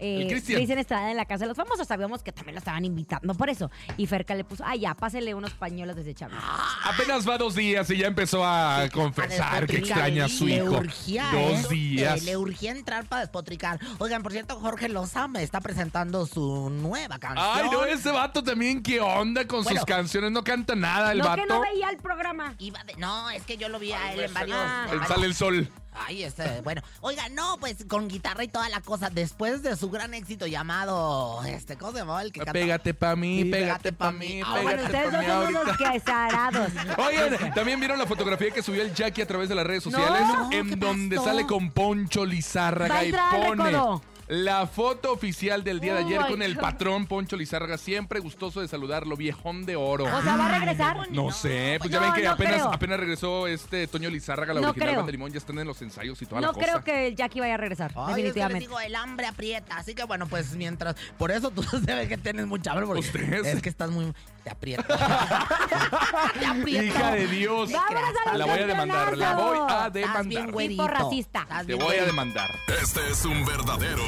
B: Eh,
D: El Cristian.
B: Cristian Estrada en la casa de los famosos. Sabíamos que también lo estaban invitando por eso. Y Ferca le puso, ay, ya, pásele unos pañuelos desechables.
D: Apenas va dos días y ya empezó a confesar que
C: despotricar.
D: extraña a su
C: le
D: hijo.
C: Urgía,
D: Dos
C: ¿eh?
D: días.
C: Eh, Le urgía entrar para despotricar. Oigan, por cierto, Jorge Lozama está presentando su nueva canción.
D: Ay, no, ese vato también, ¿qué onda con
C: Bueno.
D: sus canciones? No canta nada el
B: Lo que no
D: vato.
B: veía el programa.
C: Iba de- no, es que yo lo vi a él en varios.
B: Ah.
C: en
D: Él
C: varios-
D: sale el sol.
C: Ay, este, bueno. Oiga, no, pues con guitarra y toda la cosa. Después de su gran éxito llamado, este, ¿cómo se llamaba el que canta?
D: Pégate pa' mí,
C: Sí,
D: pégate pa' mí,
C: Ah,
B: Ah, bueno,
D: pégate
B: ustedes
D: pa'
B: dos
D: mí
B: son
D: ahorita.
B: unos que zarados.
D: Oigan, también vieron la fotografía que subió el Jackie a través de las redes sociales,
C: No, ¿qué
D: en donde
C: pasó?
D: sale con Poncho
B: Va
D: Lizárraga
B: a
D: y
B: entrar al
D: pone
B: recodo.
D: la foto oficial del día de
B: Oh
D: ayer
B: my
D: con el
B: God.
D: patrón Poncho Lizárraga, siempre gustoso de saludarlo, viejón de oro.
B: O sea, ¿va a regresar?
D: No sé, pues ya
B: No,
D: ven que
B: no
D: apenas,
B: creo.
D: apenas regresó este Toño Lizárraga, la
B: No
D: original
B: creo.
D: Banda Limón, ya están en los ensayos y toda la
B: No
D: cosa.
B: creo que el Jackie vaya a regresar,
C: Ay, es que les
B: definitivamente.
C: digo, el hambre aprieta. Así que bueno, pues mientras. Por eso tú se ve que tienes mucha hambre. Porque
D: Ustedes.
C: Es que estás muy. Te aprieta. te aprieta.
D: Hija de Dios.
B: Vámonos a
D: La
B: los
D: voy a demandar, la voy a
B: campeonatos.
C: Estás bien
D: demandar.
C: güerito.
B: racista.
C: Estás
D: Te
C: bien
D: voy a
C: güerito.
D: demandar.
A: Este es un verdadero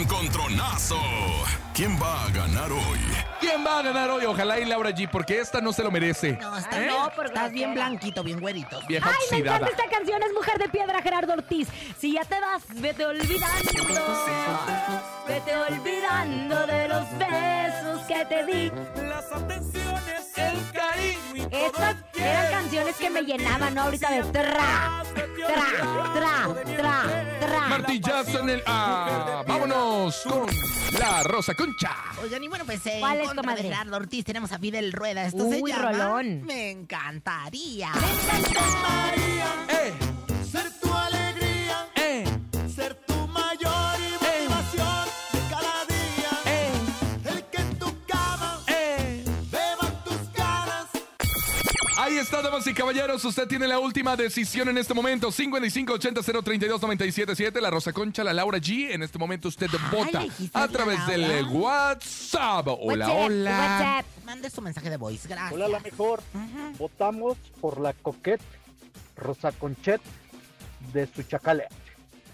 A: encontronazo. ¿Quién va a ganar hoy?
D: ¿Quién va a ganar hoy? Ojalá y Laura G, porque esta no se lo merece.
C: No, estás,
B: Ay,
C: bien,
B: ¿Eh? no, por
C: estás bien
B: grosera.
C: blanquito, bien güerito.
D: Vieja
B: Ay, me
D: oxidada.
B: encanta esta canción, es Mujer de Piedra, Gerardo Ortiz. Si ya te vas, vete olvidando. Vete olvidando de los besos que te di. Estas eran canciones que me llenaban, ¿no? Ahorita de tra, tra, tra, tra, tra.
D: Martillazo en el. Ah, vámonos con la Rosa Concha.
C: Oigan, y bueno, pues eh,
B: ¿Cuál
C: en
B: es,
C: contra
B: comadre?
C: de Gerardo Ortiz tenemos a Fidel Rueda. Esto se
B: Uy,
C: llama
B: rolón.
C: Me encantaría.
D: ¡Eh!
H: Ser tu alegría,
D: ¡Eh!
H: ser tu mayor motivación de cada día.
D: ¡Eh!
H: El que en tu cama
D: ¡Eh!
H: beban tus ganas.
D: Ahí está, damas y caballeros. Usted tiene la última decisión en este momento. 5580-032-977. La Rosa Concha, la Laura G. En este momento usted vota
C: le dijiste
D: a
C: la
D: través del
C: Laura.
D: WhatsApp. Hola,
B: WhatsApp,
D: hola.
B: WhatsApp.
C: Mande su mensaje de voice, gracias.
F: Hola, la mejor.
C: Ujú.
F: Votamos por la coquette Rosa Conchet de su chacale.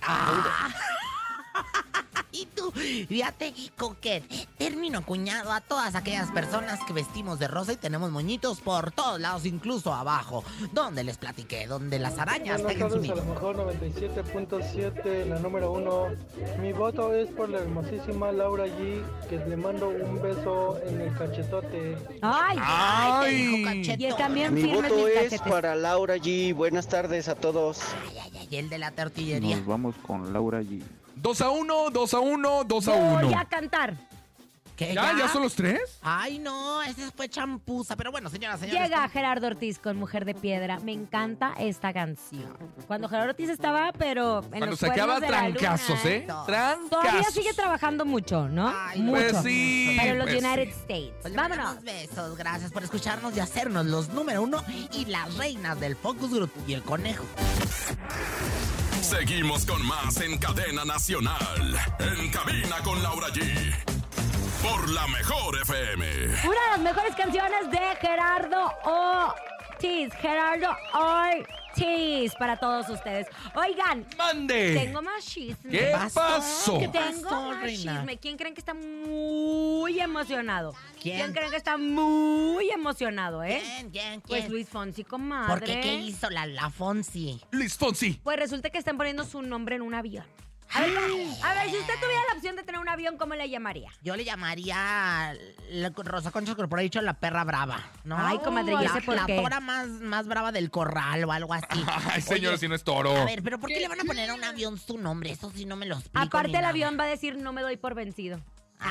C: Ah. Y tú, fíjate, coquet, término cuñado a todas aquellas personas que vestimos de rosa y tenemos moñitos por todos lados, incluso abajo, donde les platiqué, donde las arañas pegan su nido.
F: mejor 97.7, la número uno. Mi voto es por la hermosísima Laura G, que le mando un beso en el cachetote.
B: Ay,
D: Ah,
C: Ay, te
D: Ay.
C: dijo cachetón.
B: y él también
I: Mi
B: firma
I: voto
B: mis
I: es
B: cachetes.
I: para Laura G. Buenas tardes a todos.
C: Ay, ay, ay, el de la tortillería.
J: vamos con Laura G.
D: 2 a 1, 2 a 1, 2 a
B: Voy
D: 1.
B: a cantar.
C: ¿Qué,
D: ¿Ya? ¿Ya son los tres?
C: Ay, no, ese fue champuza. Pero bueno, señoras, señores.
B: Llega Gerardo Ortiz con Mujer de Piedra. Me encanta esta canción. Cuando Gerardo Ortiz estaba, pero en
D: Cuando
B: los
D: sacaba
B: cuernos de la
D: trancazos,
B: luna,
D: ¿eh?
C: No.
D: Trancazos.
B: Todavía sigue trabajando mucho, ¿no?
C: Ay,
B: mucho.
D: Pues sí.
B: Pero en los
D: pues sí.
B: United States.
C: Pues le
B: Vámonos.
C: mandamos besos, gracias por escucharnos y hacernos los número uno y las reinas del Focus Group y el conejo.
A: Seguimos con más en cadena nacional. En cabina con Laura G. Por la mejor FM.
B: Una de las mejores canciones de Gerardo Ortiz. Gerardo Ortiz. Chis para todos ustedes. Oigan,
D: ¡Mande!
B: tengo más chisme.
D: ¿Qué pasó?
C: ¿Qué
B: Tengo
C: pasó,
B: más
C: reina?
B: chisme. ¿Quién creen que está muy emocionado?
C: ¿Quién?
B: creen que está muy emocionado, eh?
C: ¿Quién, quién,
B: Pues
C: quién?
B: Luis Fonsi, comadre.
C: ¿Por qué? ¿Qué hizo la, la Fonsi?
D: Luis Fonsi.
B: Pues resulta que están poniendo su nombre en un avión. A ver, ¿cómo- a ver, si usted tuviera la opción de tener un avión, ¿cómo le llamaría?
C: Yo le llamaría la Rosa Concha Corporation la perra brava, ¿no?
B: Ay, comadre, ¿y
C: La-
B: ese por
C: la
B: qué?
C: tora más, más brava del corral o algo así.
D: Ay, señor,
C: Oye,
D: si no es toro.
C: A ver, pero ¿por qué le van a poner a un avión su nombre? Eso sí no me lo explico.
B: Aparte,
C: ni
B: el
C: nada.
B: avión va a decir, no me doy por vencido.
C: Ay,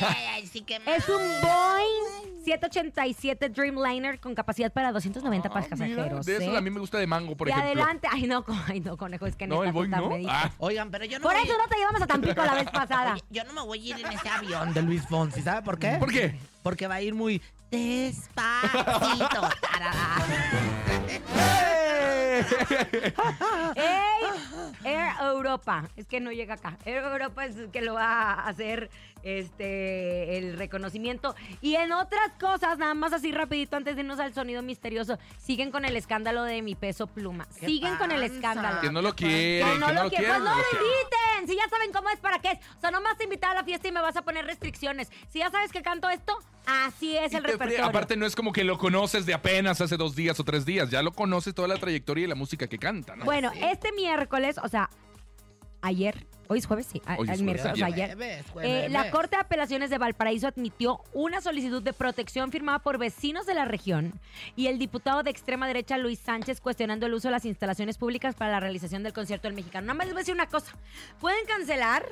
C: ay, ay, ay, Ah, sí que
B: Es un
C: mal.
B: Boeing 787 Dreamliner con capacidad para 290
D: Ah, Mira,
B: pasajeros.
D: de esos
B: ¿eh?
D: a mí me gusta de mango, por
B: y
D: ejemplo.
B: adelante. Ay, no, co- ay, no, conejo, es que
D: No,
B: neta,
D: el Boeing
B: tú
D: no.
B: también dices.
D: Ah,
C: Oigan, pero yo no
B: Por
C: voy-
B: eso no te llevamos a Tampico la vez pasada.
C: Oye, yo no me voy a ir en ese avión de Luis Fonsi, ¿sabe por qué?
D: ¿Por qué?
C: Porque va a ir muy despacito. tarará.
B: ¡Ey! Air Europa. Es que no llega acá. Air Europa es que lo va a hacer este el reconocimiento. Y en otras cosas, nada más así rapidito antes de irnos al sonido misterioso, siguen con el escándalo de mi peso pluma.
C: ¿Qué
B: Siguen con el
C: pasa?
B: escándalo.
D: Que no lo
B: Que
D: quieren, que no lo
B: quieren. Pues
D: quieren.
B: no
D: no
B: me
D: lo quieren.
B: inviten. Si ya saben cómo es, para qué es. O sea, nomás te invitar a la fiesta y me vas a poner restricciones. Si ya sabes que canto esto, así es
D: Y
B: el
D: te fría-
B: repertorio.
D: Aparte, no es como que lo conoces de apenas hace dos días o tres días. Ya lo conoces toda la trayectoria y la música que canta, ¿no?
B: Bueno, este miércoles, o sea, ayer, hoy es jueves, sí, a-
D: Hoy es
B: el
D: jueves,
B: miércoles, o sea,
D: ayer.
B: ayer.
C: Jueves, jueves.
B: Eh, la Corte de Apelaciones de Valparaíso admitió una solicitud de protección firmada por vecinos de la región y el diputado de extrema derecha Luis Sánchez cuestionando el uso de las instalaciones públicas para la realización del concierto del mexicano. Nada más les voy a decir una cosa. Pueden cancelar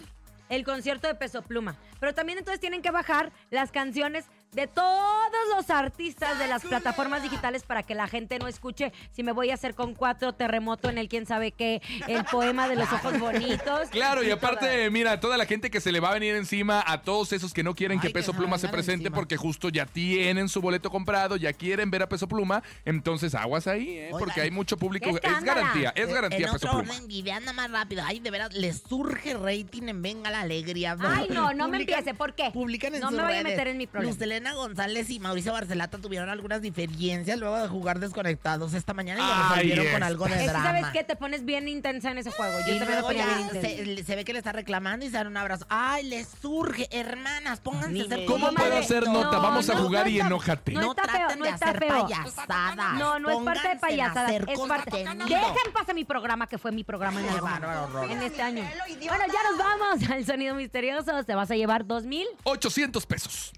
B: el concierto de Peso Pluma, pero también entonces tienen que bajar las canciones de todos los artistas de las plataformas digitales para que la gente no escuche si me voy a hacer con cuatro terremoto en el quién sabe qué, el poema de los ojos bonitos.
D: Claro, y
B: todas.
D: aparte, mira, toda la gente que se le va a venir encima, a todos esos que no quieren
C: Ay,
D: que
C: que
D: Peso
C: se
D: Pluma
C: me
D: se
C: vengan
D: presente
C: encima.
D: porque justo ya tienen su boleto comprado, ya quieren ver a Peso Pluma, entonces aguas ahí, ¿eh?
C: Oigan.
D: porque hay mucho
B: ¡Qué
D: público. Es
B: escándala!
D: garantía, es
C: Eh,
D: garantía
C: En
D: Peso
C: otro
D: Pluma.
C: orden, Vivian, nada más rápido. Ay, de verdad, les surge rating en Venga la Alegría.
B: Ay, no, no me
C: Publican-
B: empiece, ¿por qué?
C: Publican en
B: No
C: sus
B: me voy a
C: redes.
B: meter en mi problema.
C: Luz Elena González y Mauricio Barcelata tuvieron algunas diferencias luego de jugar desconectados esta mañana y lo
D: Ay,
C: resolvieron
D: es-
C: con algo de
B: Es que
C: drama.
B: sabes que te pones bien intensa en ese juego. Yo también
C: Y
B: me
C: luego
B: ponía bien
C: ya
B: intensa.
C: se, se ve que le está reclamando y se dan un abrazo. Ay, les surge, hermanas, pónganse a hacer
D: ¿Cómo
C: comadre,
D: puedo hacer
C: no,
D: nota? Vamos a
C: no,
D: jugar y
C: no,
D: enójate.
B: no
C: No,
B: está
C: traten
B: feo, no
C: de
B: está
C: hacer
B: feo.
C: payasadas.
B: No, no es parte de
C: Pónganse a
B: payasadas,
C: hacer
B: es parte.
C: contenido.
B: Dejen pasar mi programa que fue mi programa en
C: Qué
B: el
C: bárbaro, Rorro.
B: en este año. Bueno, ya nos vamos al sonido misterioso. Te vas a llevar dos mil.
D: 800 pesos.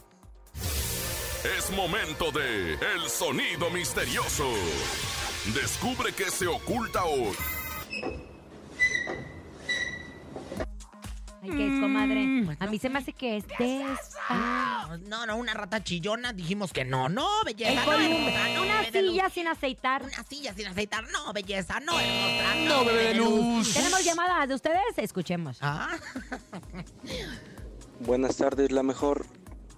A: Es momento de El Sonido Misterioso. Descubre qué se oculta hoy.
B: Ay, que
C: Mm.
B: es, comadre.
C: Pues
B: A mí se me hace que es despa.
C: No, no, una rata chillona, dijimos que no, no, belleza.
B: El
C: no,
B: volumen.
C: hermosa, no,
B: Una
C: bebé de luz.
B: silla sin aceitar.
C: Una silla sin aceitar, no, belleza, no, hermosa.
D: No, bebé de luz.
B: Tenemos llamadas de ustedes. Escuchemos.
C: Ah,
I: Buenas tardes, la mejor.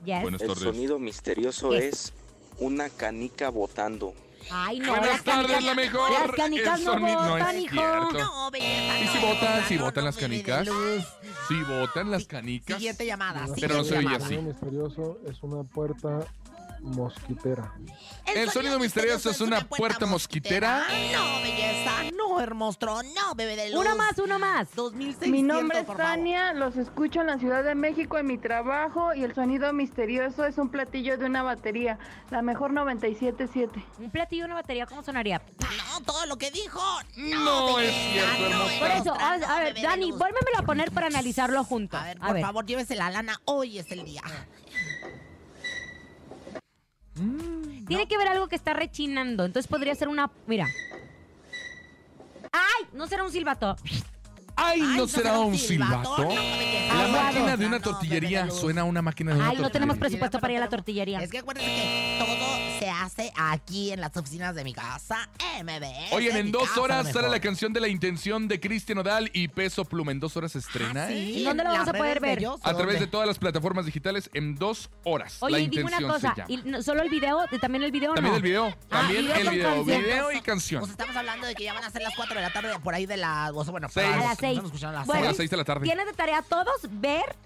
B: Yes.
D: Buenas
I: El
D: tardes.
I: sonido misterioso
B: ¿Qué?
I: es una canica botando.
B: Ay, no.
D: Buenas
B: las
D: tardes,
B: canicas-
D: la mejor.
B: Las canicas
D: El
B: no
D: soni-
B: votan,
D: es
B: hijo.
D: cierto.
C: no, belleza.
D: ¿Y
C: no,
D: si votan?
C: hermosa,
D: ¿Si
C: no,
D: votan
C: no,
D: las
C: bebé de
D: canicas?
C: luz.
D: Si votan las canicas.
C: Siguiente llamada,
D: Pero no
C: siguiente
D: se oye
C: llamada.
D: así.
F: misterioso es una puerta mosquitera.
D: El sonido misterioso es una puerta mosquitera.
C: Ah, No, belleza, no, hermoso, no, bebé de luz.
B: Uno más, uno más.
C: 2600,
J: Mi nombre es
C: por favor.
J: Tania, los escucho en la Ciudad de México en mi trabajo y el sonido misterioso es un platillo de una batería, la mejor 977.
B: Un platillo y una batería, ¿cómo sonaría?
C: No, todo lo que dijo. No,
D: No es
C: belleza,
D: cierto,
C: no,
D: hermosa.
B: Por
C: hermosa,
B: eso, a, a
C: no,
B: ver,
C: bebé de
B: Dani,
C: luz.
B: vuélvemelo a poner para analizarlo juntos.
C: A ver, por favor, llévese la lana. Hoy es el día.
B: Tiene que ver algo que está rechinando. Entonces podría ser una. Mira. ¡Ay! No será un silbato.
D: Ay,
C: Ay,
D: no será un silbato.
C: No, belleza,
D: La
C: no,
D: máquina
C: hermosa,
D: de una
C: no, bebé
D: tortillería
C: de luz.
D: suena a una máquina de una
B: Ay, no tenemos
D: tortillería.
B: presupuesto para ir a la tortillería.
C: Es que acuérdense que todo se hace aquí en las oficinas de mi casa. MBS.
D: Oigan, en
C: mi
D: dos
C: casa,
D: horas
C: lo
D: sale la
C: mejor.
D: canción de la intención de Cristian Odal y Peso Pluma. En dos horas se estrena. ¿eh?
C: Ah, Sí,
B: ¿Dónde lo
C: en
B: vamos
C: las
B: a poder
C: redes
B: ver?
C: de Dios,
D: A través
C: ¿dónde?
D: de todas las plataformas digitales en dos horas. la
B: Oye, y dime
D: intención
B: una cosa.
D: se llama.
B: ¿y no- ¿Solo el video? ¿También el video
D: También
B: no?
D: el video.
B: Ah,
D: También
B: video
D: el
B: con
D: video.
B: canción.
D: Video y
C: Pues
D: canción.
C: estamos hablando de que ya van a ser las 4 de la tarde por ahí de las. o sea, bueno,
D: Seis.
C: para
B: A
C: los
B: las
C: que nos
B: seis.
C: están escuchando a las
B: Bueno,
D: A
C: seis.
D: las seis de la tarde.
B: Tienes de tarea a todos ver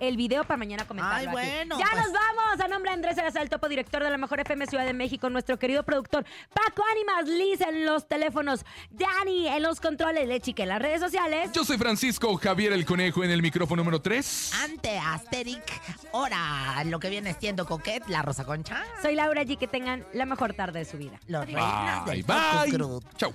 B: el video para mañana comentarlo.
C: Ay,
B: aquí.
C: bueno,
B: Ya
C: pues.
B: nos vamos. A nombre de Andrés Salazar, el topo director de la mejor FM Ciudad de México, nuestro querido productor Paco Ánimas, Liz en los teléfonos, Dani en los controles, Lechi que en las redes sociales.
D: Yo soy Francisco Javier el Conejo en el micrófono número 3.
C: Ante Asterix, ahora lo que viene siendo Coquet, la Rosa Concha,
B: Soy Laura G. Que tengan la mejor tarde de su vida.
C: los Ah, reinas
D: Bye,
C: del
D: bye.
C: Focus Group.
D: Chau.